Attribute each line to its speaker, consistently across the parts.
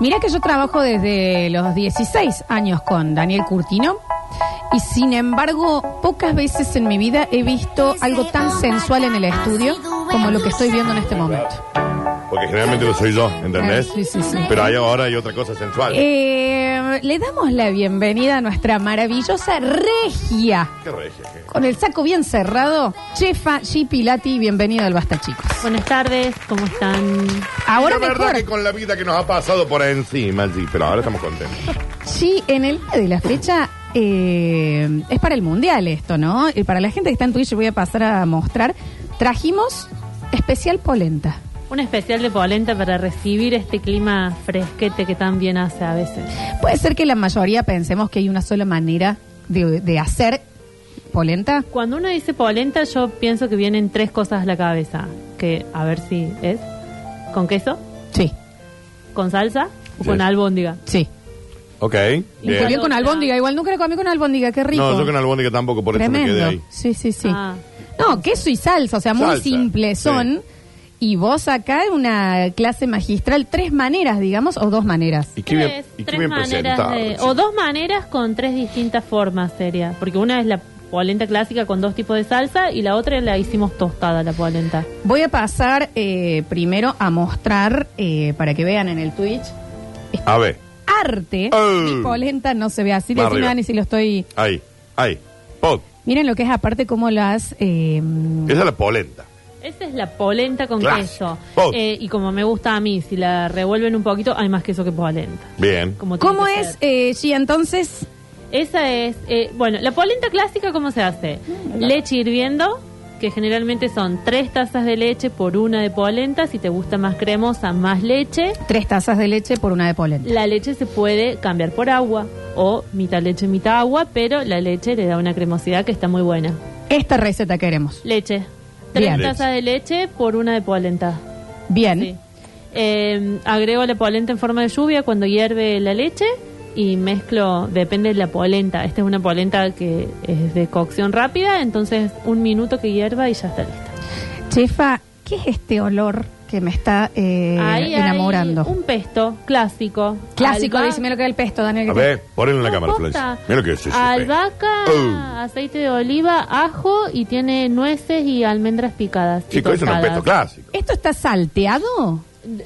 Speaker 1: Mira que yo trabajo desde los 16 años con Daniel Curtino y sin embargo pocas veces en mi vida he visto algo tan sensual en el estudio como lo que estoy viendo en este momento.
Speaker 2: Porque generalmente lo soy yo, ¿entendés?
Speaker 1: Ah, sí, sí, sí.
Speaker 2: Pero hay ahora hay otra cosa sensual.
Speaker 1: Eh, le damos la bienvenida a nuestra maravillosa regia.
Speaker 2: Qué regia, qué-
Speaker 1: Con el saco bien cerrado, Chefa Gipilati, bienvenida al Basta Chicos.
Speaker 3: Buenas tardes, ¿cómo están?
Speaker 1: Ahora
Speaker 2: la verdad
Speaker 1: mejor,
Speaker 2: que con la vida que nos ha pasado por encima, sí, pero ahora estamos contentos.
Speaker 1: Sí, en el día de la fecha eh, es para el mundial esto, ¿no? Y para la gente que está en Twitch voy a pasar a mostrar. Trajimos especial polenta.
Speaker 3: Un especial de polenta para recibir este clima fresquete que tan bien hace a veces.
Speaker 1: Puede ser que la mayoría pensemos que hay una sola manera de, de hacer polenta.
Speaker 3: Cuando uno dice polenta, yo pienso que vienen tres cosas a la cabeza. Que a ver si es. ¿Con queso?
Speaker 1: Sí,
Speaker 3: ¿Con salsa? ¿O
Speaker 2: Sí.
Speaker 3: con albóndiga?
Speaker 1: sí.
Speaker 2: Ok,
Speaker 1: Y
Speaker 2: bien.
Speaker 1: bien con albóndiga, igual nunca la comí con albóndiga, qué rico.
Speaker 2: No, yo con albóndiga tampoco, por eso me quedé
Speaker 1: Tremendo.
Speaker 2: ahí.
Speaker 1: Sí, sí, sí.
Speaker 3: Ah.
Speaker 1: No, queso y salsa, o sea, muy
Speaker 2: Salsa,
Speaker 1: simple son. Y vos acá en una clase magistral, tres maneras, digamos, o dos maneras.
Speaker 2: Y qué bien,
Speaker 3: Tres-
Speaker 2: y qué
Speaker 3: tres
Speaker 2: bien
Speaker 3: maneras
Speaker 2: presentado.
Speaker 3: de-
Speaker 2: sí.
Speaker 3: O dos maneras con tres distintas formas sería. Porque una es la polenta clásica con dos tipos de salsa y la otra la hicimos tostada la polenta.
Speaker 1: Voy a pasar eh, primero a mostrar, eh, para que vean en el Twitch, Este
Speaker 2: A ver,
Speaker 1: arte.
Speaker 2: Oh.
Speaker 1: Mi polenta no se ve así.
Speaker 2: Ah. Más
Speaker 1: Decime,
Speaker 2: arriba.
Speaker 1: Dani, si lo estoy...
Speaker 2: ahí, ahí. Pot.
Speaker 1: Miren lo que es aparte como las... eh,
Speaker 2: Esa es la polenta.
Speaker 3: Esa es la polenta con
Speaker 2: Claro.
Speaker 3: queso.
Speaker 2: Oh.
Speaker 3: Eh, y como me gusta a mí, si la revuelven un poquito, hay más queso que polenta.
Speaker 2: Bien.
Speaker 3: Como tiene
Speaker 1: ¿Cómo
Speaker 3: que
Speaker 1: es,
Speaker 3: ser.
Speaker 1: eh, Gia, entonces?
Speaker 3: Esa es, eh, bueno, la polenta clásica, ¿cómo se hace?
Speaker 1: Mm,
Speaker 3: Leche hirviendo, que generalmente son tres tazas de leche por una de polenta. Si te gusta más cremosa, más leche.
Speaker 1: Tres tazas de leche por una de polenta.
Speaker 3: La leche se puede cambiar por agua o mitad leche, mitad agua, pero la leche le da una cremosidad que está muy buena.
Speaker 1: Esta receta queremos.
Speaker 3: Leche. Tres
Speaker 1: Bien.
Speaker 3: tazas de leche por una de polenta.
Speaker 1: Bien.
Speaker 3: Sí. Eh, agrego la polenta en forma de lluvia cuando hierve la leche y mezclo, depende de la polenta. Esta es una polenta que es de cocción rápida, entonces un minuto que hierva y ya está lista.
Speaker 1: Chefa, ¿qué es este olor que me está eh,
Speaker 3: Ahí hay
Speaker 1: enamorando?
Speaker 3: un pesto clásico.
Speaker 1: Clásico,
Speaker 3: Alba-
Speaker 1: decime lo que es el pesto, Daniel.
Speaker 2: A
Speaker 1: que te-
Speaker 2: ver, ponelo en la
Speaker 3: No,
Speaker 2: cámara,
Speaker 3: posta.
Speaker 2: Florencia. Mira lo que es eso.
Speaker 3: Albahaca,
Speaker 2: Oh.
Speaker 3: aceite de oliva, ajo y tiene nueces y almendras picadas. y
Speaker 2: Chico, eso no es un
Speaker 3: tostadas.
Speaker 2: pesto clásico.
Speaker 1: ¿Esto está salteado?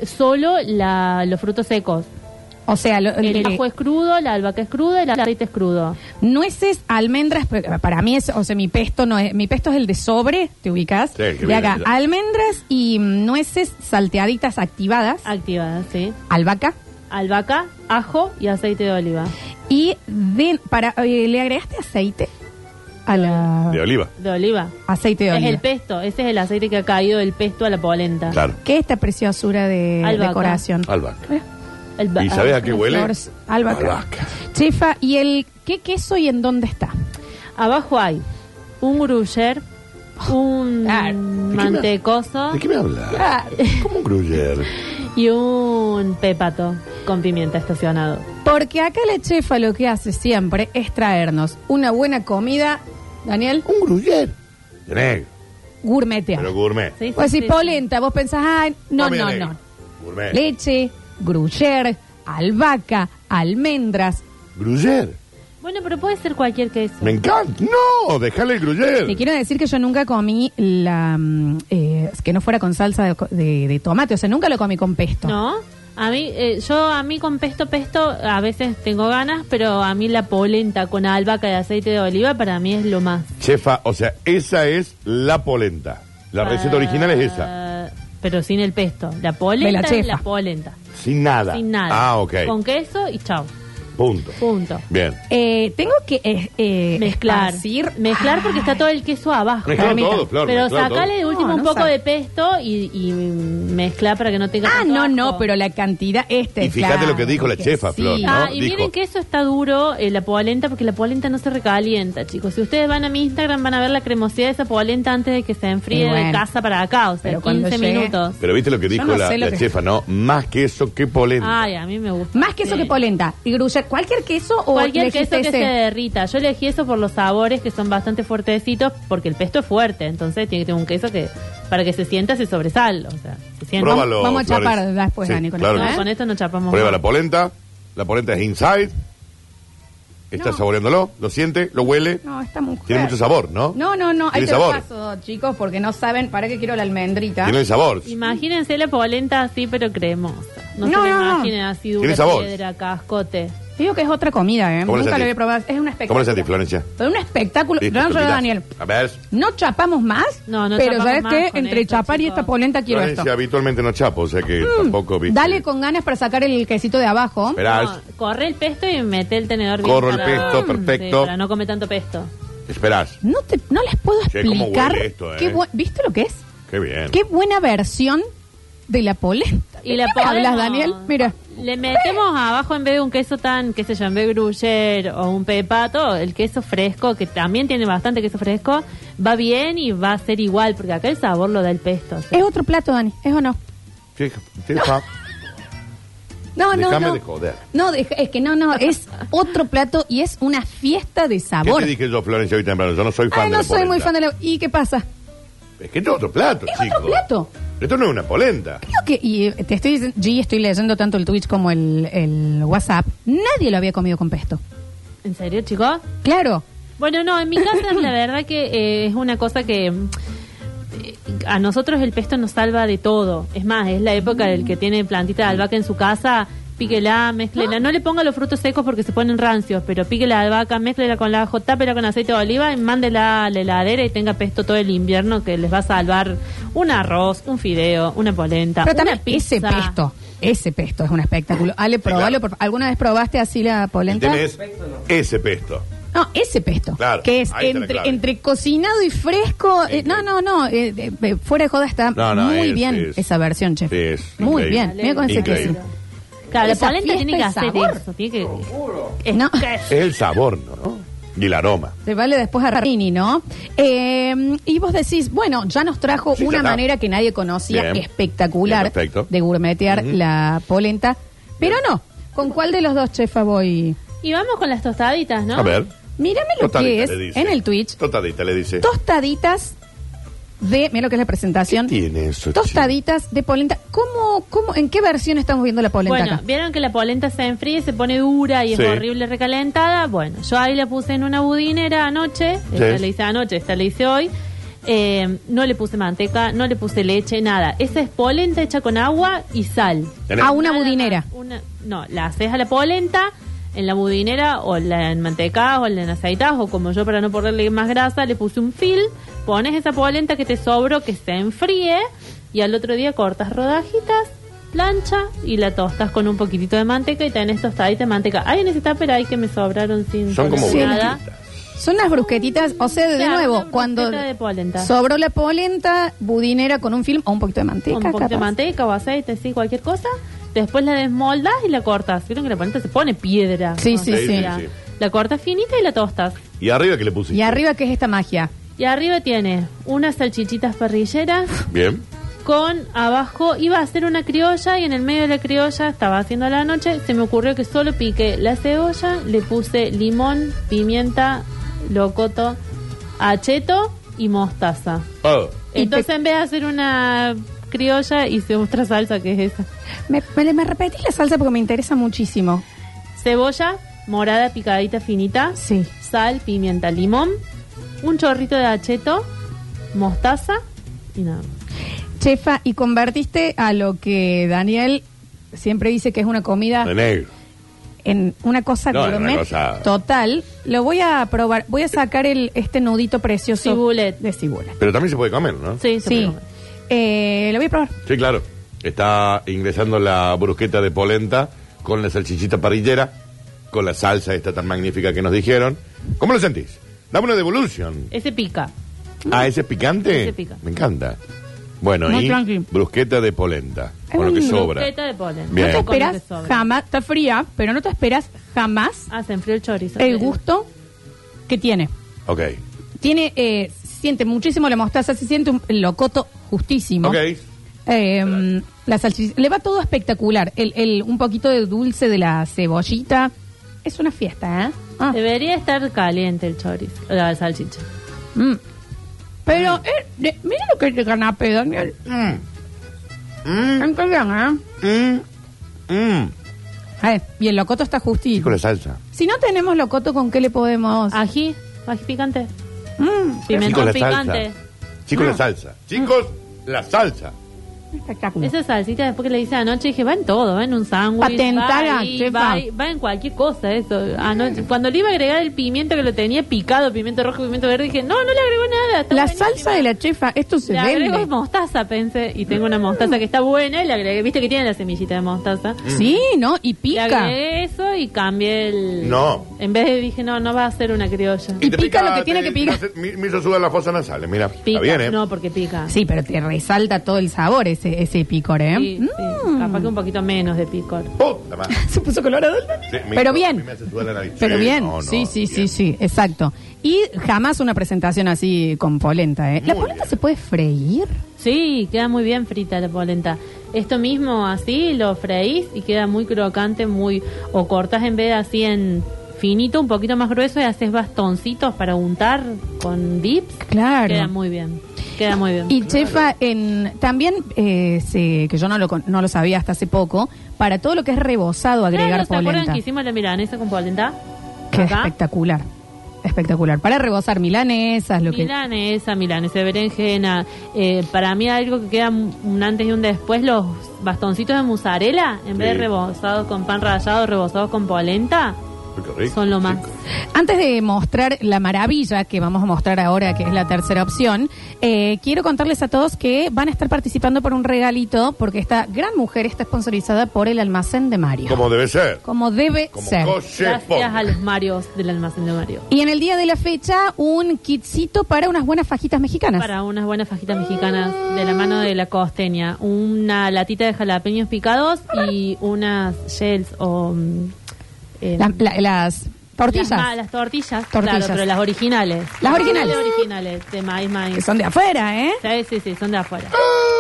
Speaker 3: Solo la- los frutos secos.
Speaker 1: O sea, lo-
Speaker 3: El
Speaker 1: eh,
Speaker 3: ajo es crudo, la albahaca es cruda, el aceite es crudo.
Speaker 1: nueces, almendras, pero para mí es, o sea, mi pesto no es, mi pesto es el de sobre, ¿te ubicas?
Speaker 2: Sí, el que
Speaker 1: De
Speaker 2: viene
Speaker 1: acá,
Speaker 2: allá.
Speaker 1: almendras y mm, nueces salteaditas activadas,
Speaker 3: Activada, sí.
Speaker 1: albahaca.
Speaker 3: Albahaca, ajo y aceite de oliva.
Speaker 1: Y de- para, eh, ¿le agregaste aceite? A la
Speaker 2: De oliva.
Speaker 3: De oliva.
Speaker 1: aceite de
Speaker 3: es
Speaker 1: oliva.
Speaker 3: el pesto, ese es el aceite que ha caído del pesto a la polenta.
Speaker 2: Claro.
Speaker 1: ¿Qué es esta preciosura de
Speaker 3: Albahaca.
Speaker 1: decoración?
Speaker 2: Albahaca.
Speaker 1: Eh,
Speaker 3: El ba-
Speaker 2: ¿Y sabes a qué Ah, huele?
Speaker 1: flores, albahaca. Chefa, ¿y el qué queso y en dónde está?
Speaker 3: Abajo hay un gruyer, un
Speaker 1: Claro.
Speaker 2: Oh, ¿De qué me-
Speaker 3: mantecoso
Speaker 2: ¿De qué me hablas?
Speaker 1: Ah.
Speaker 2: Como un gruyer.
Speaker 3: y un pepato con pimienta estacionado.
Speaker 1: Porque acá la chefa lo que hace siempre es traernos una buena comida, Daniel,
Speaker 2: Un gruyer. De negro.
Speaker 1: gourmeteada.
Speaker 2: Pero gourmet.
Speaker 3: Sí, sí,
Speaker 1: Pues si
Speaker 3: sí,
Speaker 1: polenta, vos pensás, ah, no,
Speaker 2: Comida
Speaker 1: no,
Speaker 2: negra.
Speaker 1: no.
Speaker 2: Gourmet.
Speaker 1: Leche, gruyer, albahaca, almendras.
Speaker 2: Gruyer.
Speaker 3: sí. Bueno, pero puede ser cualquier queso.
Speaker 2: Me encanta. No, déjale el
Speaker 1: Te
Speaker 2: gruyer.
Speaker 1: quiero decir que yo nunca comí la mm, eh, que no fuera con salsa de, de- de tomate, o sea, nunca lo comí con pesto.
Speaker 3: ¿No? A mí, eh, yo a mí con pesto pesto a veces tengo ganas, pero a mí la polenta con albahaca y aceite de oliva para mí es lo más.
Speaker 2: Chefa, o sea, esa es la polenta. La receta original es esa.
Speaker 3: Ah, Pero sin el pesto. La
Speaker 1: De la
Speaker 3: polenta
Speaker 1: chefa.
Speaker 3: es la polenta.
Speaker 2: Sin nada.
Speaker 3: Sin nada.
Speaker 2: Ah, ok.
Speaker 3: Con queso y chao.
Speaker 2: Punto.
Speaker 3: Punto.
Speaker 2: Bien.
Speaker 1: Eh, tengo que eh, eh,
Speaker 3: Mezclar.
Speaker 1: esparcir-
Speaker 3: Mezclar porque
Speaker 1: Ah,
Speaker 3: está todo el queso abajo.
Speaker 2: Mezclado
Speaker 1: Permita.
Speaker 2: todo, Flor.
Speaker 3: pero
Speaker 2: mezclado todo.
Speaker 3: sacale de último
Speaker 1: No,
Speaker 3: un
Speaker 1: no
Speaker 3: poco
Speaker 1: sabe.
Speaker 3: de pesto y, y mezclar para que no tenga
Speaker 1: Ah,
Speaker 3: tanto
Speaker 1: no, no,
Speaker 3: ajo.
Speaker 1: pero la cantidad este, esta.
Speaker 2: Y fíjate lo que dijo la chefa, Flor, ¿no?
Speaker 3: Ah, y
Speaker 2: Dijo.
Speaker 3: miren que eso está duro, eh, la polenta, porque la polenta no se recalienta, chicos. Si ustedes van a mi Instagram van a ver la cremosidad de esa polenta antes de que se enfríe
Speaker 1: Y bueno.
Speaker 3: de casa para acá, o sea,
Speaker 1: Pero cuando
Speaker 3: 15
Speaker 1: llegue-
Speaker 3: minutos.
Speaker 2: Pero viste lo que dijo
Speaker 1: no
Speaker 2: la,
Speaker 1: sé lo
Speaker 2: la
Speaker 1: que-
Speaker 2: chefa, ¿no? Más queso que
Speaker 1: Ah,
Speaker 2: polenta.
Speaker 3: Ay, a mí me gusta.
Speaker 1: Más queso
Speaker 3: Sí.
Speaker 1: que polenta. Y gruyer, ¿cualquier queso o
Speaker 3: Cualquier
Speaker 1: elegiste
Speaker 3: queso que
Speaker 1: ese?
Speaker 3: se derrita. Yo elegí eso por los sabores que son bastante fuertecitos, porque el pesto es fuerte, entonces tiene que tener un queso que para que se sienta se sobresal, o sea, se 100%.
Speaker 2: Próbalo.
Speaker 1: Vamos a chapar
Speaker 2: Flores.
Speaker 1: después,
Speaker 2: Sí,
Speaker 1: Dani, con
Speaker 2: claro
Speaker 1: esto,
Speaker 2: que
Speaker 1: ¿eh?
Speaker 2: sí.
Speaker 3: Con esto no chapamos.
Speaker 2: Prueba
Speaker 3: más.
Speaker 2: la polenta. La polenta es inside. Está
Speaker 1: No.
Speaker 2: saboreándolo. Lo siente, lo huele.
Speaker 1: No, está muy
Speaker 2: Tiene mucho sabor, ¿no?
Speaker 1: No, no, no. Ahí
Speaker 2: Tiene
Speaker 1: te lo
Speaker 2: sabor.
Speaker 1: paso, chicos, porque no saben para qué quiero la almendrita.
Speaker 2: Tiene el sabor.
Speaker 3: Imagínense la polenta así, pero cremosa. No,
Speaker 1: No,
Speaker 3: se la
Speaker 1: no, no.
Speaker 3: imaginen así dura,
Speaker 2: Tiene sabor.
Speaker 3: piedra, cascote.
Speaker 1: Te digo que es otra comida, ¿eh?
Speaker 2: ¿Cómo la
Speaker 1: Nunca
Speaker 2: sentís?
Speaker 1: lo había probado. Es un espectáculo.
Speaker 2: ¿Cómo la sentís, Florencia?
Speaker 1: Pero un espectáculo.
Speaker 2: Listo,
Speaker 1: No, no,
Speaker 2: Lupita.
Speaker 1: Daniel.
Speaker 2: A ver.
Speaker 1: No chapamos más,
Speaker 3: No, no
Speaker 1: pero
Speaker 3: chapamos
Speaker 1: ¿sabes
Speaker 3: más
Speaker 1: qué?
Speaker 3: con
Speaker 1: Entre
Speaker 3: esto,
Speaker 1: chapar y
Speaker 3: chicos.
Speaker 1: esta polenta quiero
Speaker 2: Florencia
Speaker 1: esto.
Speaker 2: habitualmente no chapa, o sea que tampoco viste.
Speaker 1: Mm. Dale con ganas para sacar el quesito de abajo.
Speaker 2: Esperá,
Speaker 3: No, corre el pesto y mete el tenedor
Speaker 2: Corro el
Speaker 3: bien
Speaker 2: pesto, perfecto.
Speaker 3: Sí, para no comer tanto pesto.
Speaker 2: esperás.
Speaker 1: No, te, no les puedo
Speaker 2: Che, ¿cómo
Speaker 1: explicar.
Speaker 2: huele esto, eh?
Speaker 1: qué bu- ¿Viste lo que es?
Speaker 2: Qué bien.
Speaker 1: Qué buena versión de la polenta. ¿De
Speaker 3: Y la
Speaker 1: qué me hablas,
Speaker 3: podemos-
Speaker 1: Daniel? Mira.
Speaker 3: Le metemos abajo en vez de un queso tan, qué sé yo, en vez de gruyer o un pepato, el queso fresco, que también tiene bastante queso fresco, va bien y va a ser igual, porque acá el sabor lo da el pesto. o sea.
Speaker 1: Es otro plato, Dani. ¿Es o no?
Speaker 2: Qué- qué fa-
Speaker 1: No, no,
Speaker 2: Déjame
Speaker 1: no.
Speaker 2: de joder.
Speaker 1: No, de- es que no, no. Es otro plato y es una fiesta de
Speaker 2: ¿Qué
Speaker 1: sabor.
Speaker 2: te dije yo, Florencia, hoy temprano? Yo no soy fan
Speaker 1: Ay,
Speaker 2: de
Speaker 1: Ah, no
Speaker 2: la
Speaker 1: soy muy
Speaker 2: polenta.
Speaker 1: fan de la... ¿Y qué pasa?
Speaker 2: Es que esto es otro plato,
Speaker 1: Es
Speaker 2: chico.
Speaker 1: otro plato.
Speaker 2: Esto no es una polenta.
Speaker 1: Creo que, y eh, te estoy diciendo, G, estoy leyendo tanto el Twitch como el, el WhatsApp. Nadie lo había comido con pesto.
Speaker 3: ¿En serio, chicos?
Speaker 1: Claro.
Speaker 3: Bueno, no, en mi casa la verdad que eh, es una cosa que mm, eh, a nosotros el pesto nos salva de todo. Es más, es la época del que tiene plantita de albahaca en su casa, píquela, mezclela. No le ponga los frutos secos porque se ponen rancios, pero pique la albahaca, mezclela con la ajo, tápela con aceite de oliva y mándela a la heladera y tenga pesto todo el invierno que les va a salvar un arroz, un fideo, una polenta,
Speaker 1: Pero
Speaker 3: una
Speaker 1: también ese
Speaker 3: pizza.
Speaker 1: pesto, ese pesto es un espectáculo. Ale, probalo.
Speaker 2: claro.
Speaker 1: por fa- ¿Alguna vez probaste así la
Speaker 2: El
Speaker 1: polenta?
Speaker 2: tema es ese pesto.
Speaker 1: No, ese pesto.
Speaker 2: Claro,
Speaker 1: que es
Speaker 2: ahí está la
Speaker 1: entre,
Speaker 2: clave.
Speaker 1: entre cocinado y fresco. eh, no, no, no. eh, eh, eh, fuera de joda está
Speaker 2: No, no,
Speaker 1: muy
Speaker 2: es-
Speaker 1: bien
Speaker 2: es-
Speaker 1: esa versión, chef.
Speaker 2: es
Speaker 1: muy
Speaker 2: increíble.
Speaker 1: bien. Mira con ese
Speaker 2: Increíble.
Speaker 1: queso.
Speaker 3: Claro, la
Speaker 1: Esa
Speaker 3: polenta
Speaker 1: fiesta
Speaker 3: tiene que
Speaker 1: de
Speaker 3: hacer
Speaker 1: sabor.
Speaker 3: eso, tiene que...
Speaker 1: No.
Speaker 2: Es el sabor, ¿no? Y el aroma.
Speaker 1: Se vale después a Rini, ¿no? Eh, y vos decís, bueno, ya nos trajo
Speaker 2: Sí, ya
Speaker 1: una
Speaker 2: está.
Speaker 1: manera que nadie conocía,
Speaker 2: Bien.
Speaker 1: espectacular,
Speaker 2: Bien, perfecto.
Speaker 1: de gourmetear la polenta. Pero no, ¿con cuál de los dos, chefa, voy?
Speaker 3: Y vamos con las tostaditas, ¿no?
Speaker 2: A ver.
Speaker 1: Mírame lo que es
Speaker 2: le dice.
Speaker 1: en el Twitch.
Speaker 2: Tostadita le dice.
Speaker 1: Tostaditas de, mira lo que es la presentación.
Speaker 2: ¿Qué tiene eso,
Speaker 1: Tostaditas de polenta. ¿Cómo, cómo, en qué versión estamos viendo la polenta
Speaker 3: Bueno,
Speaker 1: acá?
Speaker 3: vieron que la polenta se enfría y se pone dura y
Speaker 2: Sí.
Speaker 3: es horrible recalentada. Bueno, yo ahí la puse en una budinera anoche. Esta
Speaker 2: Sí.
Speaker 3: le hice anoche, esta le hice hoy. Eh, no le puse manteca, no le puse leche, nada. Esa es polenta hecha con agua y sal.
Speaker 2: Tenés-
Speaker 1: Ah, una
Speaker 3: Nada
Speaker 1: budinera.
Speaker 3: más. Una- no, la haces a la polenta en la budinera o la en manteca o la en aceitas o como yo para no ponerle más grasa le puse un fil, pones esa polenta que te sobró que se enfríe y al otro día cortas rodajitas, plancha y la tostas con un poquitito de manteca y tenés tostadita de manteca. Hay en ese tupper ahí que me sobraron sin
Speaker 2: Son como
Speaker 3: poner
Speaker 2: bolitas.
Speaker 3: nada.
Speaker 1: Son las brusquetitas, o sea, de
Speaker 3: Claro,
Speaker 1: nuevo,
Speaker 3: una
Speaker 1: cuando
Speaker 3: brusqueta de polenta.
Speaker 1: sobró la polenta, budinera con un film o un poquito de manteca.
Speaker 3: Con un poquito de
Speaker 1: capaz.
Speaker 3: manteca o aceite, sí, cualquier cosa. Después la desmoldas y la cortas. Vieron que la polenta se pone piedra.
Speaker 1: Sí,
Speaker 3: O
Speaker 1: sí,
Speaker 3: sea,
Speaker 1: sí.
Speaker 3: la- La cortas finita y la tostas.
Speaker 2: ¿Y arriba qué le pusiste?
Speaker 1: Y arriba, ¿qué es esta magia?
Speaker 3: Y arriba tiene unas salchichitas parrilleras
Speaker 2: Bien.
Speaker 3: con abajo iba a hacer una criolla y en el medio de la criolla estaba haciendo la noche, se me ocurrió que solo piqué la cebolla, le puse limón, pimienta, locoto, acheto y mostaza.
Speaker 2: Oh.
Speaker 1: Y
Speaker 3: Entonces
Speaker 1: te-
Speaker 3: en vez de hacer una criolla hice otra salsa que es esa.
Speaker 1: Me, me, me repetís la salsa porque me interesa muchísimo.
Speaker 3: Cebolla morada picadita finita,
Speaker 1: Sí.
Speaker 3: sal, pimienta, limón, un chorrito de acheto, mostaza y nada. más.
Speaker 1: Chefa, y convertiste a lo que Daniel siempre dice que es una comida
Speaker 2: De negro.
Speaker 1: en una cosa
Speaker 2: No, en una
Speaker 1: gourmet
Speaker 2: cosa-
Speaker 1: total. Lo voy a probar. Voy a sacar el este nudito precioso
Speaker 3: Cibulet.
Speaker 1: de cibulet.
Speaker 2: Pero también se puede comer, ¿no?
Speaker 3: Sí,
Speaker 1: Sí.
Speaker 3: se puede comer.
Speaker 1: Eh, lo voy a probar.
Speaker 2: Sí, claro. Está ingresando la brusqueta de polenta con la salchichita parrillera, con la salsa esta tan magnífica que nos dijeron. ¿Cómo lo sentís? Dame una devolución.
Speaker 3: Ese pica.
Speaker 2: Ah, ¿ese es picante?
Speaker 3: Ese pica.
Speaker 2: Me encanta. Bueno,
Speaker 1: Muy
Speaker 2: y
Speaker 1: tranqui.
Speaker 2: brusqueta de polenta,
Speaker 1: Es
Speaker 2: con lo que
Speaker 1: un
Speaker 2: sobra.
Speaker 3: Mm, Brusqueta de polen.
Speaker 2: Bien.
Speaker 1: No te
Speaker 3: Con lo que
Speaker 1: esperas
Speaker 3: sobra.
Speaker 1: jamás, está fría, pero no te esperas jamás
Speaker 3: Ah, se enfrió el chorizo.
Speaker 1: el gusto que tiene.
Speaker 2: Ok.
Speaker 1: Tiene, eh, siente muchísimo la mostaza, se siente un locoto justísimo.
Speaker 2: Ok.
Speaker 1: Eh, mm, la salchicha. Le va todo espectacular. El, el- un poquito de dulce de la cebollita. Es una fiesta, ¿eh? Ah,
Speaker 3: Debería estar caliente el chorizo, la salchicha.
Speaker 1: mm. Pero, eh, de- mira lo que es el canapé, Daniel.
Speaker 2: Mm. Mm,
Speaker 1: Está bien, ¿eh?
Speaker 2: mm, mm.
Speaker 1: Eh, y el locoto está
Speaker 2: Sí,
Speaker 1: justito.
Speaker 2: con la salsa.
Speaker 1: Si no tenemos locoto, ¿con qué le podemos?
Speaker 3: Ají, ají picante.
Speaker 1: Mm,
Speaker 2: Sí, con
Speaker 3: Pimentón
Speaker 2: la
Speaker 3: picante.
Speaker 2: salsa. Chicos,
Speaker 1: Ah.
Speaker 2: la salsa. Chicos, la salsa.
Speaker 1: espectacular.
Speaker 3: Esa salsita después que le hice anoche dije, va en todo, va en un sándwich.
Speaker 1: Patentala,
Speaker 3: va, ahí,
Speaker 1: chefa.
Speaker 3: va, ahí, va en cualquier cosa eso. Anoche, cuando le iba a agregar el pimiento que lo tenía picado, pimiento rojo, pimiento verde, dije, no, no le agregó nada. está
Speaker 1: La
Speaker 3: buenísimo".
Speaker 1: salsa de la chefa, esto se
Speaker 3: Le agrego
Speaker 1: vende.
Speaker 3: mostaza, pensé, y tengo una mostaza que está buena, y le agregué, viste que tiene la semillita de mostaza.
Speaker 1: Mm. Sí, ¿no? Y
Speaker 3: Le
Speaker 1: pica.
Speaker 3: agregué eso y cambié el...
Speaker 2: No.
Speaker 3: En vez de dije, no, no va a ser una criolla.
Speaker 1: Y pica lo que tiene que picar.
Speaker 2: Me hizo sudar las fosas nasales, mira.
Speaker 3: Pica,
Speaker 2: Está bien, ¿eh?
Speaker 3: no, porque pica.
Speaker 1: Sí, pero te resalta todo el sabor ese, ese picor, ¿eh?
Speaker 3: Sí, sí.
Speaker 1: Mm.
Speaker 3: Capaz que un poquito menos de picor.
Speaker 2: Puta madre.
Speaker 1: Se puso colorado el Dani.
Speaker 2: Sí, me
Speaker 1: Pero
Speaker 2: hizo-
Speaker 1: bien.
Speaker 2: me hace sudar la nariz.
Speaker 1: Pero
Speaker 2: Sí,
Speaker 1: bien,
Speaker 2: no, no,
Speaker 1: sí, sí, sí,
Speaker 2: bien.
Speaker 1: sí, exacto. Y jamás una presentación así con polenta, ¿eh? ¿La
Speaker 2: Muy
Speaker 1: polenta
Speaker 2: bien.
Speaker 1: se puede freír?
Speaker 3: Sí, queda muy bien frita la polenta. Esto mismo así lo freís y queda muy crocante, muy o cortás en vez de así en finito, un poquito más grueso y haces bastoncitos para untar con dips.
Speaker 1: Claro.
Speaker 3: Queda muy bien. Queda muy bien.
Speaker 1: Y chefa, en, también, eh, se- que yo no lo, con- no lo sabía hasta hace poco, para todo lo que es rebozado agregar
Speaker 3: Claro, ¿Se acuerdan
Speaker 1: polenta.
Speaker 3: que hicimos la milanesa con polenta?
Speaker 1: Qué
Speaker 3: Acá.
Speaker 1: espectacular, espectacular. Para rebozar milanesas, lo que...
Speaker 3: Milanesa, milanesa de berenjena. Eh, para mí algo que queda un antes y un después, los bastoncitos de mozzarella, en vez de
Speaker 2: Sí.
Speaker 3: rebozados con pan rallado, rebozados con polenta,
Speaker 2: Qué rico,
Speaker 3: son lo más.
Speaker 2: chico.
Speaker 1: Antes de mostrar la maravilla que vamos a mostrar ahora, que es la tercera opción, eh, quiero contarles a todos que van a estar participando por un regalito, porque esta gran mujer está sponsorizada por el almacén de Mario.
Speaker 2: Como debe ser.
Speaker 1: Como debe
Speaker 2: Como
Speaker 1: ser.
Speaker 2: coche pop.
Speaker 3: Gracias a los Marios del almacén de Mario.
Speaker 1: Y en el día de la fecha, un kitcito para unas buenas fajitas mexicanas.
Speaker 3: Para unas buenas fajitas mexicanas de la mano de la costeña, una latita de jalapeños picados y unas shells o... mm, eh,
Speaker 1: La- la- las tortillas.
Speaker 3: Las, ma- las tortillas,
Speaker 1: Tortillas.
Speaker 3: claro, pero las originales.
Speaker 1: Las originales.
Speaker 3: Las originales, de maíz,
Speaker 1: que
Speaker 3: maíz.
Speaker 1: son de afuera, ¿eh?
Speaker 3: Sí, sí, sí, son de afuera.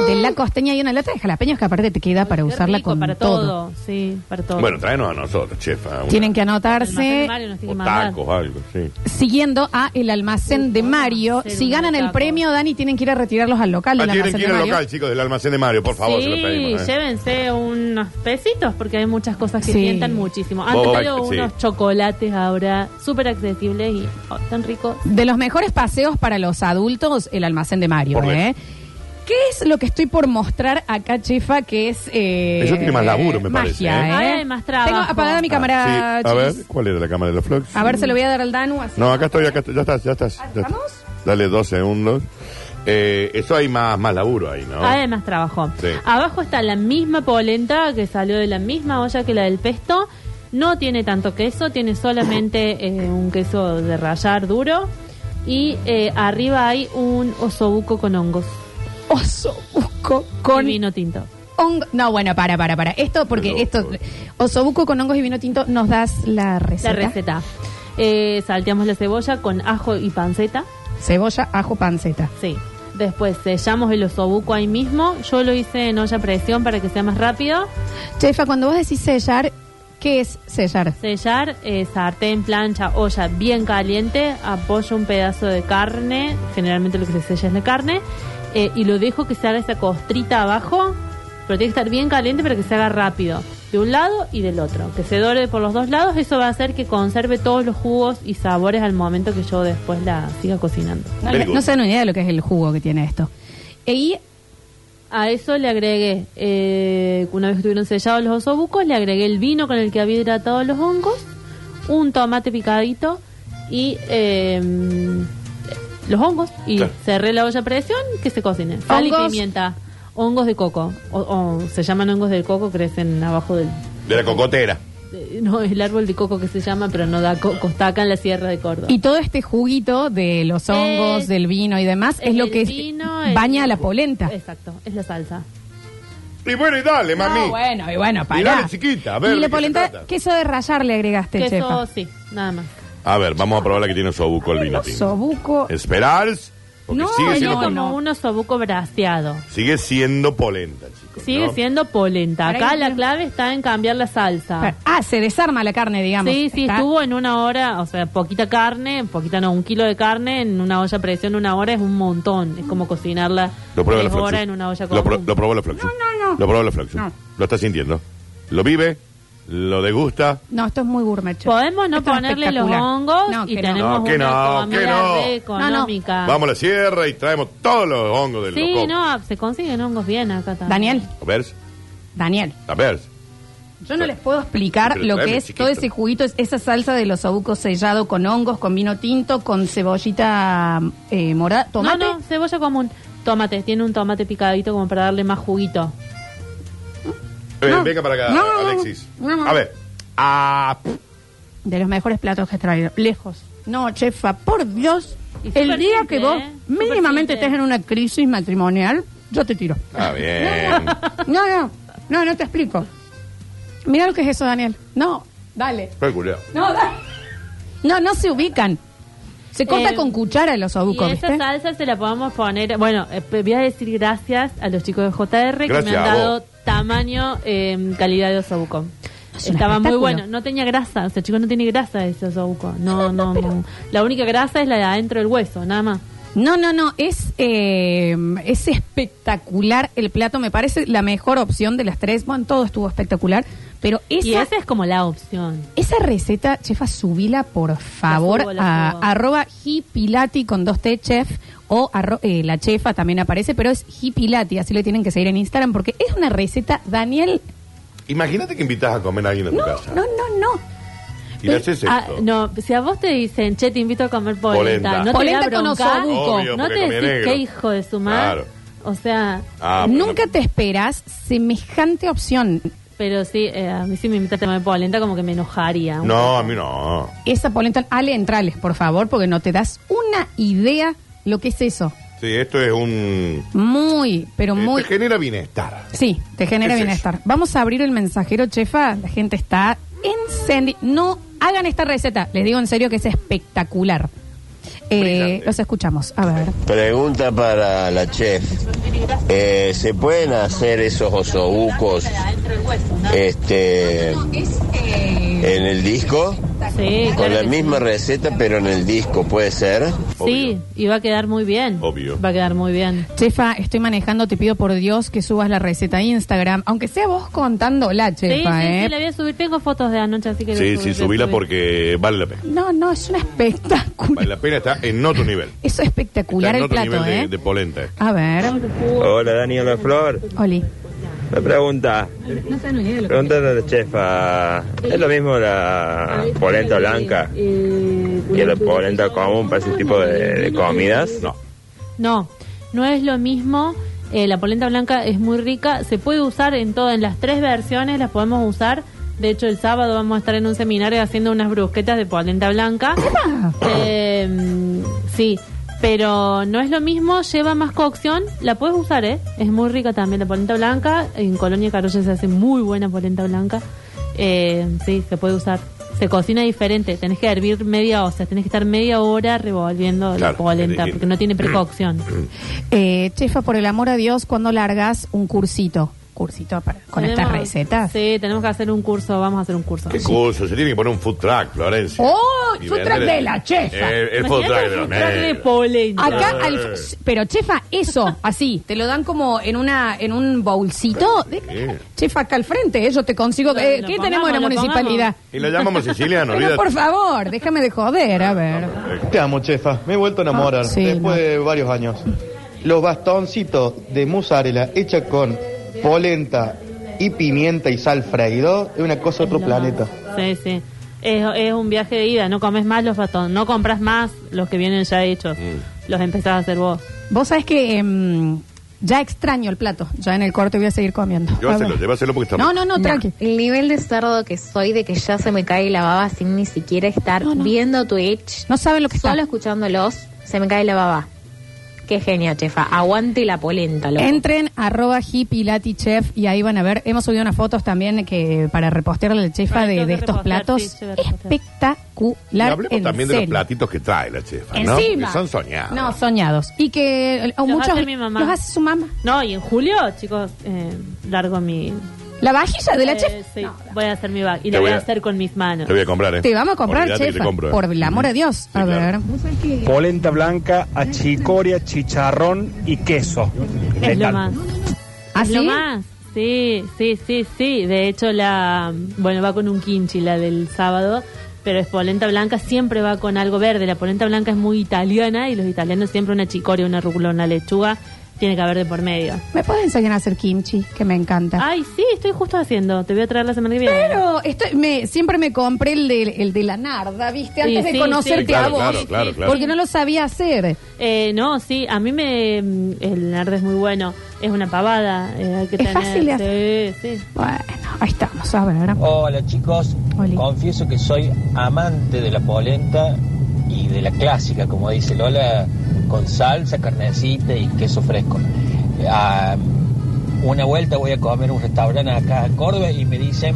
Speaker 1: De la costeña y una lata de jalapeños que aparte te queda para
Speaker 3: Qué
Speaker 1: usarla
Speaker 3: rico,
Speaker 1: con
Speaker 3: para
Speaker 1: todo.
Speaker 3: Sí, para todo.
Speaker 2: Bueno, tráenos a nosotros, chefa. una-
Speaker 1: Tienen que
Speaker 3: El almacén de
Speaker 1: anotarse.
Speaker 3: Mario nos tiene
Speaker 2: O
Speaker 3: que mandar.
Speaker 2: tacos, algo, sí.
Speaker 1: siguiendo a el almacén de Mario.
Speaker 3: hacer
Speaker 1: Si
Speaker 3: un
Speaker 1: ganan el
Speaker 3: taco.
Speaker 1: premio, Dani, tienen que ir a retirarlos al local
Speaker 2: Ah,
Speaker 1: del
Speaker 2: tienen
Speaker 1: almacén
Speaker 2: que
Speaker 1: de
Speaker 2: ir al
Speaker 1: Mario.
Speaker 2: local, chicos, del almacén de Mario, por favor, se
Speaker 3: sí,
Speaker 2: lo pedimos. ¿eh?
Speaker 3: llévense unos pesitos porque hay muchas cosas que
Speaker 1: Sí.
Speaker 3: sientan muchísimo. Han
Speaker 2: Vos,
Speaker 3: traído
Speaker 2: sí.
Speaker 3: unos chocolates ahora súper accesibles y oh, tan ricos.
Speaker 1: De los mejores paseos para los adultos, el almacén de Mario.
Speaker 2: Por
Speaker 1: ¿eh? ¿Qué es lo que estoy por mostrar acá, chefa? Que es. eh,
Speaker 2: Eso tiene más laburo, me
Speaker 1: magia,
Speaker 2: parece,
Speaker 3: ¿eh?
Speaker 1: ¿eh?
Speaker 3: Ahora hay más trabajo.
Speaker 1: Tengo apagada mi
Speaker 2: Ah,
Speaker 1: cámara.
Speaker 2: sí. A ver,
Speaker 1: chicos.
Speaker 2: ¿cuál era la cámara de los vlogs?
Speaker 1: A ver, se lo voy a dar al Danu. así.
Speaker 2: No, acá estoy, acá estoy, ya estás, ya estás. ya
Speaker 1: ¿Estamos?
Speaker 2: estás. Dale dos segundos. Eh, eso hay más, más laburo ahí, ¿no?
Speaker 1: Ah, eh.
Speaker 3: Además trabajó.
Speaker 2: Sí.
Speaker 3: Abajo está la misma polenta que salió de la misma olla que la del pesto. No tiene tanto queso, tiene solamente eh, un queso de rallar duro. Y eh, arriba hay un osobuco con hongos.
Speaker 1: Oso busco con.
Speaker 3: Y vino tinto.
Speaker 1: hongo- No, bueno, para, para, para. Esto, porque
Speaker 2: Pero-
Speaker 1: esto. Oso busco con hongos y vino tinto, nos das la receta.
Speaker 3: La receta. Eh, salteamos la cebolla con ajo y panceta.
Speaker 1: Cebolla, ajo, panceta.
Speaker 3: Sí. Después sellamos el osobuco ahí mismo. Yo lo hice en olla a presión para que sea más rápido.
Speaker 1: Chefa, cuando vos decís sellar, ¿qué es sellar?
Speaker 3: Sellar, eh, sartén, plancha, olla bien caliente. Apoyo un pedazo de carne. Generalmente lo que se sella es la carne. eh, y lo dejo que se haga esa costrita abajo. Pero tiene que estar bien caliente para que se haga rápido. De un lado y del otro. Que se dore por los dos lados. Eso va a hacer que conserve todos los jugos y sabores al momento que yo después la siga cocinando.
Speaker 1: No, no-
Speaker 2: Very good.
Speaker 1: no se dan una idea de lo que es el jugo que tiene esto. E- y
Speaker 3: A eso le agregué, eh, una vez que estuvieron sellados los osobucos, le agregué el vino con el que había hidratado los hongos, un tomate picadito y eh, los hongos. Y
Speaker 2: Claro.
Speaker 3: cerré la olla a presión, que se cocine. Sal y
Speaker 1: Hongos.
Speaker 3: pimienta. Hongos de coco. O, o se llaman hongos del coco, crecen abajo del...
Speaker 2: De la cocotera.
Speaker 3: de- no, el árbol de coco que se llama, pero no da coco, está acá en la Sierra de Córdoba.
Speaker 1: Y todo este juguito de los hongos,
Speaker 3: Es-
Speaker 1: del vino y demás es
Speaker 3: el
Speaker 1: lo que es-
Speaker 3: vino, el-
Speaker 1: baña la polenta.
Speaker 3: Exacto, es la salsa.
Speaker 2: Y bueno, y dale, Eh, mami.
Speaker 1: No, Ah, bueno, y bueno, para.
Speaker 2: Y dale, chiquita, a ver
Speaker 1: y la
Speaker 2: de qué se
Speaker 1: polenta,
Speaker 2: trata.
Speaker 1: queso de rayar le agregaste,
Speaker 3: Queso,
Speaker 1: chefa.
Speaker 3: sí, nada más.
Speaker 2: A ver, vamos a probar la que tiene sobuco el vino tinto.
Speaker 1: Sobuco.
Speaker 2: Esperar, porque
Speaker 1: No,
Speaker 2: sigue, siendo
Speaker 1: no,
Speaker 2: pol-
Speaker 1: no.
Speaker 3: Como un osobuco braseado.
Speaker 2: sigue siendo polenta, chicos.
Speaker 3: Sigue
Speaker 2: ¿no?
Speaker 3: siendo polenta.
Speaker 1: Para
Speaker 3: Acá
Speaker 1: que-
Speaker 3: la clave está en cambiar la salsa.
Speaker 1: Ah, se desarma la carne, digamos.
Speaker 3: Sí, sí,
Speaker 1: Está-
Speaker 3: estuvo en una hora, o sea, poquita carne, poquita no, un kilo de carne en una olla a presión una hora es un montón. Es como cocinarla
Speaker 2: Lo prueba la
Speaker 3: tres
Speaker 2: Floxu.
Speaker 3: horas en una olla
Speaker 2: Lo, pro-
Speaker 3: común.
Speaker 2: lo probó la Floxu.
Speaker 1: No, no, No.
Speaker 2: Lo probó la Floxu.
Speaker 1: No.
Speaker 2: Lo está sintiendo. Lo vive, lo degusta.
Speaker 1: No, esto es muy gourmet. che.
Speaker 3: Podemos no
Speaker 1: Esto es
Speaker 3: ponerle los
Speaker 1: espectacular.
Speaker 3: hongos
Speaker 1: No,
Speaker 3: y
Speaker 1: que no.
Speaker 2: No,
Speaker 3: tenemos
Speaker 2: que
Speaker 3: una
Speaker 2: no,
Speaker 3: comida
Speaker 2: que no.
Speaker 3: re
Speaker 1: Ah.
Speaker 3: económica.
Speaker 2: Vamos a la sierra y traemos todos los hongos del
Speaker 3: sí, no, se consiguen hongos bien acá también.
Speaker 1: Daniel,
Speaker 2: A ver,
Speaker 1: Daniel.
Speaker 2: a ver.
Speaker 1: Yo no les puedo explicar
Speaker 2: Pero
Speaker 1: lo que
Speaker 2: tráeme,
Speaker 1: es
Speaker 2: chiquito.
Speaker 1: todo ese juguito, es- esa salsa de los osobucos sellado con hongos, con vino tinto, con cebollita eh, morada, tomate.
Speaker 3: No, no, cebolla común. Tomate, tiene un tomate picadito como para darle más juguito.
Speaker 2: Eh,
Speaker 1: No.
Speaker 2: Venga para acá,
Speaker 1: No, no, no.
Speaker 2: Alexis.
Speaker 1: No, no.
Speaker 2: A ver. Ah,
Speaker 1: De los mejores platos que he traído, lejos. No, chefa, por Dios,
Speaker 3: Y súper
Speaker 1: el día
Speaker 3: simple,
Speaker 1: que vos
Speaker 3: ¿eh? Súper
Speaker 1: mínimamente
Speaker 3: simple.
Speaker 1: estés en una crisis matrimonial, yo te tiro.
Speaker 2: está bien.
Speaker 1: No, no, no, no te explico. Mira lo que es eso, Daniel. No, dale.
Speaker 2: Fue culiao.
Speaker 1: No, dale. No, no se ubican. Se corta
Speaker 3: Eh,
Speaker 1: con cuchara el osobuco,
Speaker 3: y
Speaker 1: ¿viste?
Speaker 3: esa salsa se la podemos poner. Bueno, eh, voy a decir gracias a los chicos de JR que
Speaker 2: Gracias
Speaker 3: me han
Speaker 2: a vos.
Speaker 3: dado tamaño, eh, calidad de osobuco.
Speaker 1: Es un
Speaker 3: Estaba muy
Speaker 1: espectáculo.
Speaker 3: bueno, no tenía grasa, o sea, chicos, no tiene grasa ese osobuco. No, no, no. La única grasa es la de adentro del hueso, nada más.
Speaker 1: No, no, no, es, eh, es espectacular el plato, me parece la mejor opción de las tres, bueno, todo estuvo espectacular, pero
Speaker 3: Y
Speaker 1: esa,
Speaker 3: esa es como la opción.
Speaker 1: esa receta, chefa, subila por favor
Speaker 3: subo, la
Speaker 1: a
Speaker 3: subo.
Speaker 1: arroba hipilati con dos T chef o arro- eh, la chefa también aparece, pero es hipilati, así lo tienen que seguir en Instagram porque es una receta, Daniel,
Speaker 2: Imagínate que invitas a comer a alguien a tu
Speaker 1: no,
Speaker 2: casa.
Speaker 1: no, eh, no, no.
Speaker 2: y le haces esto.
Speaker 3: Ah, no, si a vos te dicen, che, te invito a comer polenta,
Speaker 2: Polenta.
Speaker 3: no
Speaker 1: Polenta
Speaker 3: te da
Speaker 1: con
Speaker 3: bronca,
Speaker 1: osobuco. Obvio,
Speaker 3: no
Speaker 2: porque
Speaker 3: te
Speaker 2: comí
Speaker 3: decís
Speaker 2: negro.
Speaker 3: qué hijo de su madre.
Speaker 2: Claro.
Speaker 3: O sea,
Speaker 2: Ah, pero-
Speaker 1: Nunca te esperas semejante opción.
Speaker 3: pero sí, eh, a mí si me invitaste a comer polenta como que me enojaría. un
Speaker 2: No, a mí no.
Speaker 1: Esa polenta, ale, entrales, por favor, porque no te das una idea lo que es eso.
Speaker 2: Sí, esto es un...
Speaker 1: Muy, pero
Speaker 2: eh,
Speaker 1: muy.
Speaker 2: Te genera bienestar.
Speaker 1: Sí, te genera
Speaker 2: ¿Qué es
Speaker 1: bienestar. Vamos a abrir el mensajero, chefa. La gente está encendida. No hagan esta receta. Les digo en serio que es espectacular. Eh,
Speaker 2: Brillante.
Speaker 1: los escuchamos. A ver.
Speaker 4: Pregunta para la chef. Eh, ¿Se pueden hacer esos osobucos este,
Speaker 3: eh,
Speaker 4: en el disco?
Speaker 3: poco. Sí,
Speaker 4: Con
Speaker 3: claro
Speaker 4: la
Speaker 3: que sí.
Speaker 4: misma receta, pero en el disco, ¿puede ser?
Speaker 3: Sí, y va a quedar muy bien.
Speaker 2: Obvio.
Speaker 3: Va a quedar muy bien.
Speaker 1: Chefa, estoy manejando. Te pido por Dios que subas la receta a Instagram. Aunque sea vos contando la
Speaker 3: Sí,
Speaker 1: chefa,
Speaker 3: sí, sí,
Speaker 1: ¿eh?
Speaker 3: la voy a subir. Tengo fotos de anoche, así que... la voy
Speaker 2: Sí,
Speaker 3: a subir,
Speaker 2: sí,
Speaker 3: la voy a
Speaker 2: subila
Speaker 3: subir.
Speaker 2: porque vale la pena.
Speaker 1: No, no, es un espectáculo.
Speaker 2: Vale la pena, está en otro nivel.
Speaker 1: Eso es
Speaker 2: Está
Speaker 1: espectacular
Speaker 2: en
Speaker 1: el
Speaker 2: otro
Speaker 1: plato,
Speaker 2: nivel
Speaker 1: ¿eh?
Speaker 2: de, de polenta. eh.
Speaker 1: A ver.
Speaker 5: Hola Dani, hola Flor.
Speaker 1: Oli.
Speaker 5: Una pregunta. Pregunta a la chefa. ¿Es lo mismo la polenta blanca que la polenta común para ese tipo de, de comidas?
Speaker 2: No.
Speaker 3: No, no es lo mismo. Eh, la polenta blanca es muy rica. Se puede usar en todas, en las tres versiones las podemos usar. De hecho, el sábado vamos a estar en un seminario haciendo unas brusquetas de polenta blanca. Eh, sí, pero no es lo mismo, lleva más cocción. La puedes usar, ¿eh? Es muy rica también la polenta blanca. En Colonia Carolla se hace muy buena polenta blanca. Eh, sí, se puede usar. Se cocina diferente. Tenés que hervir media, o sea, tenés que estar media hora revolviendo la
Speaker 2: Claro,
Speaker 3: polenta
Speaker 2: elegir.
Speaker 3: porque no tiene precocción.
Speaker 2: Mm.
Speaker 1: Eh, chefa, por el amor a Dios, ¿cuándo largas un cursito? Cursito para- con estas
Speaker 3: Tenemos-
Speaker 1: recetas.
Speaker 3: Sí, tenemos que hacer un curso, vamos a hacer un curso.
Speaker 2: Qué curso, se tiene que poner un food truck, Florencia.
Speaker 1: ¡Oh!
Speaker 2: Y
Speaker 1: Food
Speaker 2: vender
Speaker 1: truck
Speaker 2: el- Eh,
Speaker 1: de la chefa.
Speaker 2: El, el food
Speaker 3: Imagínate
Speaker 2: truck de
Speaker 3: un
Speaker 2: los
Speaker 3: track de
Speaker 2: negros.
Speaker 3: polenta.
Speaker 1: Acá, al- pero chefa, eso, así, te lo dan como en una en un bolsito. De-
Speaker 2: ¿Qué?
Speaker 1: chefa, acá al frente, eh, yo te consigo.
Speaker 3: Lo-
Speaker 1: eh,
Speaker 3: lo
Speaker 1: ¿Qué
Speaker 3: pongamos,
Speaker 1: tenemos en la
Speaker 3: lo
Speaker 1: municipalidad?
Speaker 2: Y lo llamamos siciliano,
Speaker 1: Pero por
Speaker 2: olvídate. Eh,
Speaker 1: favor, déjame de joder, a ver.
Speaker 6: Te amo, chefa. Me he vuelto a enamorar
Speaker 1: Ah, sí,
Speaker 6: después
Speaker 1: no.
Speaker 6: de varios años. Los bastoncitos de mozzarella hecha con polenta y pimienta y sal freído es una cosa de otro
Speaker 3: No.
Speaker 6: planeta.
Speaker 3: Sí, sí. Es, es un viaje de ida, no comes más los bastones, no compras más los que vienen ya hechos,
Speaker 2: Mm.
Speaker 3: los empezás a hacer vos.
Speaker 1: Vos sabés que em, ya extraño el plato. Ya en el corte voy a seguir comiendo. A
Speaker 2: Llévaselo,
Speaker 1: ver.
Speaker 2: llévaselo porque está
Speaker 1: No, no, no,
Speaker 7: No,
Speaker 1: tranqui.
Speaker 7: El nivel de cerdo que soy de que ya se me cae la baba sin ni siquiera estar
Speaker 1: No, no.
Speaker 7: viendo Twitch.
Speaker 1: No saben lo que
Speaker 7: Solo
Speaker 1: está.
Speaker 7: escuchándolos, se me cae la baba. Qué genia, chefa. Aguante la polenta, loco.
Speaker 1: Entren arroba hippilatichef y ahí van a ver. Hemos subido unas fotos también que para repostearle a la chefa
Speaker 3: Ay,
Speaker 1: de, de
Speaker 3: tengo que
Speaker 1: estos
Speaker 3: repostear,
Speaker 1: platos.
Speaker 3: sí, llevo a repostear.
Speaker 2: Y
Speaker 1: espectacular.
Speaker 2: hablemos
Speaker 1: en
Speaker 2: también de los
Speaker 1: serio.
Speaker 2: platitos que trae la chefa, ¿no?
Speaker 1: Encima.
Speaker 2: Que son soñados.
Speaker 1: No, soñados. Y que eh,
Speaker 3: Los
Speaker 1: muchos
Speaker 3: hace mi mamá.
Speaker 1: los hace su mamá.
Speaker 3: No, y en julio, chicos, eh, largo mi...
Speaker 1: La vajilla de la
Speaker 3: Eh,
Speaker 1: chef.
Speaker 3: sí,
Speaker 1: No,
Speaker 3: voy a hacer mi bag
Speaker 2: Te
Speaker 3: y la voy
Speaker 2: voy a-
Speaker 3: a hacer con mis manos.
Speaker 2: Te voy a comprar, ¿eh?
Speaker 1: te vamos a comprar,
Speaker 2: Olvídate que
Speaker 1: chefa.
Speaker 2: te compro, ¿eh?
Speaker 1: Por el amor de Dios. a
Speaker 2: claro.
Speaker 1: ver.
Speaker 8: Polenta blanca, achicoria, chicharrón y queso.
Speaker 3: es lo más. Es
Speaker 1: ¿Así?
Speaker 3: lo más. Sí, sí, sí, sí. De hecho, la. Bueno, va con un quinchi, la del sábado. Pero es polenta blanca, siempre va con algo verde. La polenta blanca es muy italiana y los italianos siempre una chicoria, una rúcula, una lechuga. Tiene que haber de por medio.
Speaker 1: ¿Me puedes enseñar a hacer kimchi? Que me encanta.
Speaker 3: Ay, sí, estoy justo haciendo. Te voy a traer la semana que viene.
Speaker 1: Pero estoy- me, siempre me compré el de, el de la narda, ¿viste?
Speaker 3: Sí,
Speaker 1: Antes de
Speaker 3: sí,
Speaker 1: conocerte
Speaker 3: sí. Sí, claro,
Speaker 1: a vos.
Speaker 2: claro, claro, claro.
Speaker 1: Porque no lo sabía hacer.
Speaker 3: Eh, no, sí, a mí me. mm, El nerd es muy bueno. Es una pavada. eh, hay que
Speaker 1: Es
Speaker 3: tener-
Speaker 1: fácil de
Speaker 3: Sí, sí.
Speaker 1: Bueno, ahí estamos, a ver.
Speaker 8: Hola chicos,
Speaker 1: Oli.
Speaker 8: confieso que soy amante de la polenta y de la clásica, como dice Lola, con salsa, carnecita y queso fresco. Ah, una vuelta voy a comer en un restaurante acá en Córdoba y me dicen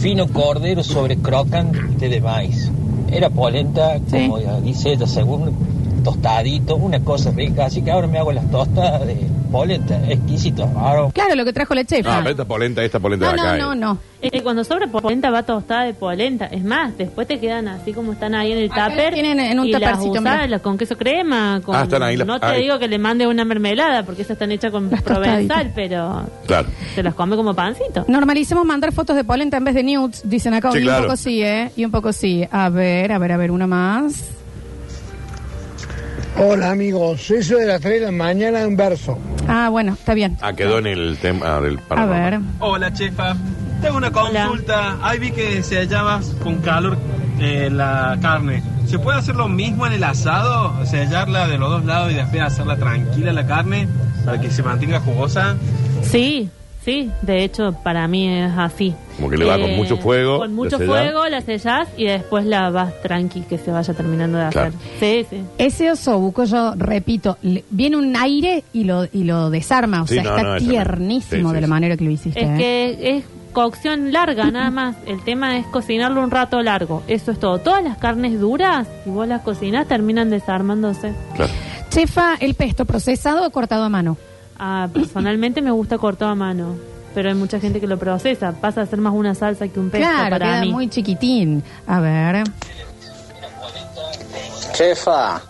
Speaker 8: fino cordero sobre crocante de maíz. Era polenta,
Speaker 1: Sí.
Speaker 8: como dice ella, según tostadito, una cosa rica, así que ahora me hago las tostas de polenta, exquisito, ahora
Speaker 1: Claro, lo que trajo la chefa.
Speaker 2: Ah, pero esta polenta, esta polenta
Speaker 1: no,
Speaker 2: de acá.
Speaker 1: no,
Speaker 2: eh.
Speaker 1: no, no.
Speaker 3: Es que cuando sobra polenta va tostada de polenta. Es más, después te quedan así como están ahí en el
Speaker 1: Acá
Speaker 3: tupper.
Speaker 1: tienen en un
Speaker 3: y las
Speaker 1: tuppercito,
Speaker 3: usás,
Speaker 1: mira.
Speaker 3: las con queso crema. Con,
Speaker 2: Ah, están ahí las-
Speaker 3: no te
Speaker 2: ahí.
Speaker 3: digo que le mande una mermelada porque esas están hechas con
Speaker 1: Las
Speaker 3: provenzal,
Speaker 1: tostaditas.
Speaker 3: pero
Speaker 2: Claro.
Speaker 3: te las come como pancito.
Speaker 1: Normalicemos mandar fotos de polenta en vez de nudes, dicen acá.
Speaker 2: Sí,
Speaker 1: y
Speaker 2: claro.
Speaker 1: un poco sí, ¿eh? Y un poco sí. A ver, a ver, a ver, una más.
Speaker 9: Hola amigos, eso de las 3 de la mañana en verso.
Speaker 1: Ah, bueno, está bien.
Speaker 2: Ah, quedó en el tema del
Speaker 1: A
Speaker 2: panorama.
Speaker 1: ver.
Speaker 10: Hola, chefa. Tengo una consulta. Ahí vi que se hallaba con calor eh, la carne. ¿Se puede hacer lo mismo en el asado? Sellarla de los dos lados y después hacerla tranquila la carne para que se mantenga jugosa.
Speaker 3: Sí, sí, de hecho para mí es así. Eh,
Speaker 2: Como que le va con mucho fuego,
Speaker 3: Con
Speaker 2: la
Speaker 3: mucho
Speaker 2: sellás.
Speaker 3: fuego, la sellás y después la vas tranqui que se vaya terminando de hacer.
Speaker 2: Claro.
Speaker 3: Sí, sí.
Speaker 1: Ese osobuco, yo repito, le- viene un aire y lo, y lo desarma. O
Speaker 2: Sí,
Speaker 1: sea,
Speaker 2: no,
Speaker 1: está
Speaker 2: no, es tremendo.
Speaker 1: tiernísimo
Speaker 2: Sí, sí,
Speaker 1: de la
Speaker 2: sí.
Speaker 1: manera que lo hiciste.
Speaker 3: Es
Speaker 1: ¿eh?
Speaker 3: que es cocción larga nada más. El tema es cocinarlo un rato largo. Eso es todo. Todas las carnes duras, si vos las cocinás, terminan desarmándose.
Speaker 2: Claro.
Speaker 1: Chefa, el pesto procesado o cortado a mano.
Speaker 3: Ah, personalmente me gusta cortado a mano, pero hay mucha gente que lo procesa. Pasa a ser más una salsa que un pesto
Speaker 1: claro,
Speaker 3: para
Speaker 1: queda
Speaker 3: mí.
Speaker 1: muy chiquitín. A ver.
Speaker 8: Chefa,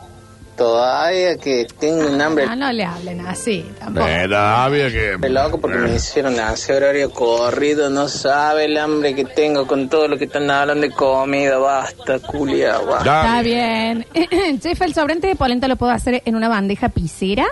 Speaker 8: todavía que tengo un hambre
Speaker 1: Ah, no le hablen así tampoco.
Speaker 2: Era había Eh, que. Eh,
Speaker 8: de loco porque me hicieron hacer horario corrido, no sabe el hambre que tengo con todo lo que están hablando de comida, basta, culia, basta.
Speaker 2: Ya,
Speaker 1: Está bien. Chefa, el sobrante de polenta lo puedo hacer en una bandeja pisera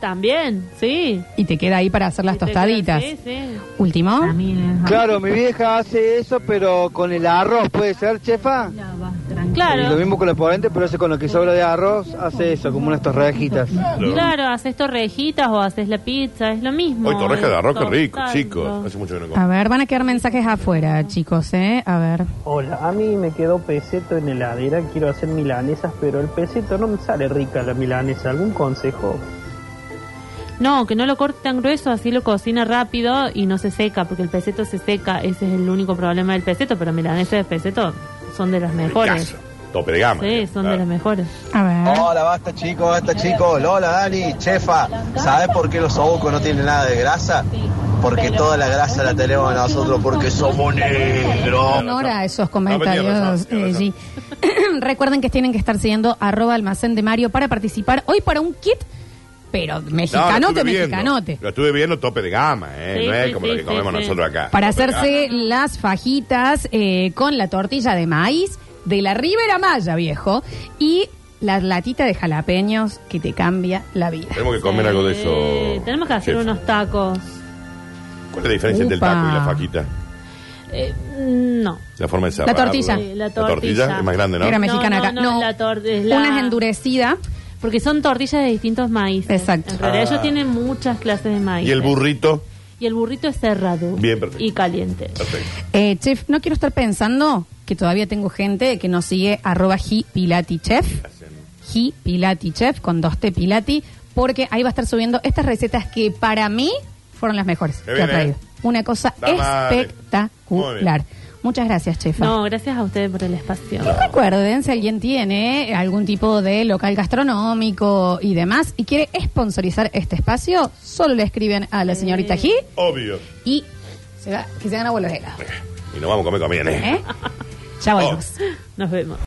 Speaker 3: También, sí.
Speaker 1: y te queda ahí para hacer las
Speaker 3: Y te queda- Ah.
Speaker 1: tostaditas.
Speaker 3: Sí, sí.
Speaker 1: Último.
Speaker 7: A mí me-
Speaker 9: Claro, mi vieja hace eso, pero con el arroz, ¿puede ser, chefa? Y lo
Speaker 3: Claro,
Speaker 9: mismo con la polenta, pero hace con lo que sobra de arroz, hace eso, como unas torrejitas.
Speaker 3: claro, haces torrejitas o haces la pizza, es lo mismo.
Speaker 2: Hoy torreja de arroz, qué
Speaker 3: Tostarlo.
Speaker 2: rico, chicos. Hace mucho que no como.
Speaker 1: A ver, van a quedar mensajes afuera, chicos, ¿eh? A ver.
Speaker 10: Hola, a mí me quedó peseto en heladera. Quiero hacer milanesas, pero el peseto no me sale rica la milanesa. ¿Algún consejo?
Speaker 3: No, que no lo corte tan grueso, así lo cocina rápido y no se seca, porque el peseto se seca, ese es el único problema del peseto, pero milanesas de peseto son de las mejores.
Speaker 2: Ricazo. Tope de gama.
Speaker 3: Sí,
Speaker 2: digamos,
Speaker 3: son de
Speaker 2: claro.
Speaker 3: las mejores.
Speaker 1: A ver.
Speaker 2: Oh,
Speaker 11: Hola, basta chicos, basta chicos. Lola, Dani, chefa, ¿sabes por qué los sobucos no tienen nada de grasa? Porque toda la grasa la tenemos nosotros porque somos negros.
Speaker 1: Ignora esos
Speaker 2: Ah,
Speaker 1: comentarios,
Speaker 2: pero tiene razón,
Speaker 1: eh, G. Recuerden que tienen que estar siguiendo arroba almacén de Mario para participar hoy para un kit, pero
Speaker 2: No, lo
Speaker 1: mexicanote,
Speaker 2: estuve viendo.
Speaker 1: mexicanote.
Speaker 2: Lo estuve viendo tope de gama, ¿eh?
Speaker 3: Sí,
Speaker 2: no es
Speaker 3: sí,
Speaker 2: como
Speaker 3: sí,
Speaker 2: lo que
Speaker 3: sí,
Speaker 2: comemos
Speaker 3: sí.
Speaker 2: nosotros acá.
Speaker 1: Para
Speaker 2: Tope de
Speaker 1: hacerse las fajitas eh, con la tortilla de maíz de la Ribera Maya, viejo, y la latita de jalapeños que te cambia la vida.
Speaker 2: gama. Tenemos que comer algo de
Speaker 3: Eh,
Speaker 2: eso.
Speaker 3: tenemos que hacer
Speaker 2: chef.
Speaker 3: unos tacos.
Speaker 2: ¿Cuál es la diferencia entre el
Speaker 1: Upa.
Speaker 2: taco y la faquita?
Speaker 3: Eh, no.
Speaker 2: La forma de cerrar.
Speaker 1: tortilla.
Speaker 3: Sí, la
Speaker 2: es más grande, ¿no?
Speaker 1: Era
Speaker 3: No,
Speaker 1: mexicana
Speaker 3: no,
Speaker 1: acá.
Speaker 3: no,
Speaker 1: No,
Speaker 3: la tor- es la-
Speaker 1: una es endurecida.
Speaker 3: Porque son tortillas de distintos maíces.
Speaker 1: Exacto.
Speaker 3: En realidad ellos tienen muchas clases de maíz.
Speaker 2: Ah. Y el burrito.
Speaker 3: Y el burrito es cerrado.
Speaker 2: Bien, perfecto.
Speaker 3: Y caliente.
Speaker 2: Perfecto.
Speaker 1: Eh, chef, no quiero estar pensando que todavía tengo gente que nos sigue arroba gpilatichef. Gpilatichef con dos T pilati. Porque ahí va a estar subiendo estas recetas que para mí fueron las mejores.
Speaker 2: Qué
Speaker 1: que ha
Speaker 2: bien, ¿eh?
Speaker 1: traído. Una cosa
Speaker 2: Da madre. Muy
Speaker 1: espectacular.
Speaker 2: bien.
Speaker 1: Muchas gracias, chefa.
Speaker 3: No, gracias a ustedes por el espacio.
Speaker 1: Recuerden, si alguien tiene algún tipo de local gastronómico y demás y quiere sponsorizar este espacio, solo le escriben a la señorita G
Speaker 2: Obvio.
Speaker 1: y se va, que se gana vuelos helados.
Speaker 2: Y nos vamos a comer comida, ¿eh?
Speaker 1: ¿eh? Ya volvemos.
Speaker 3: Nos vemos.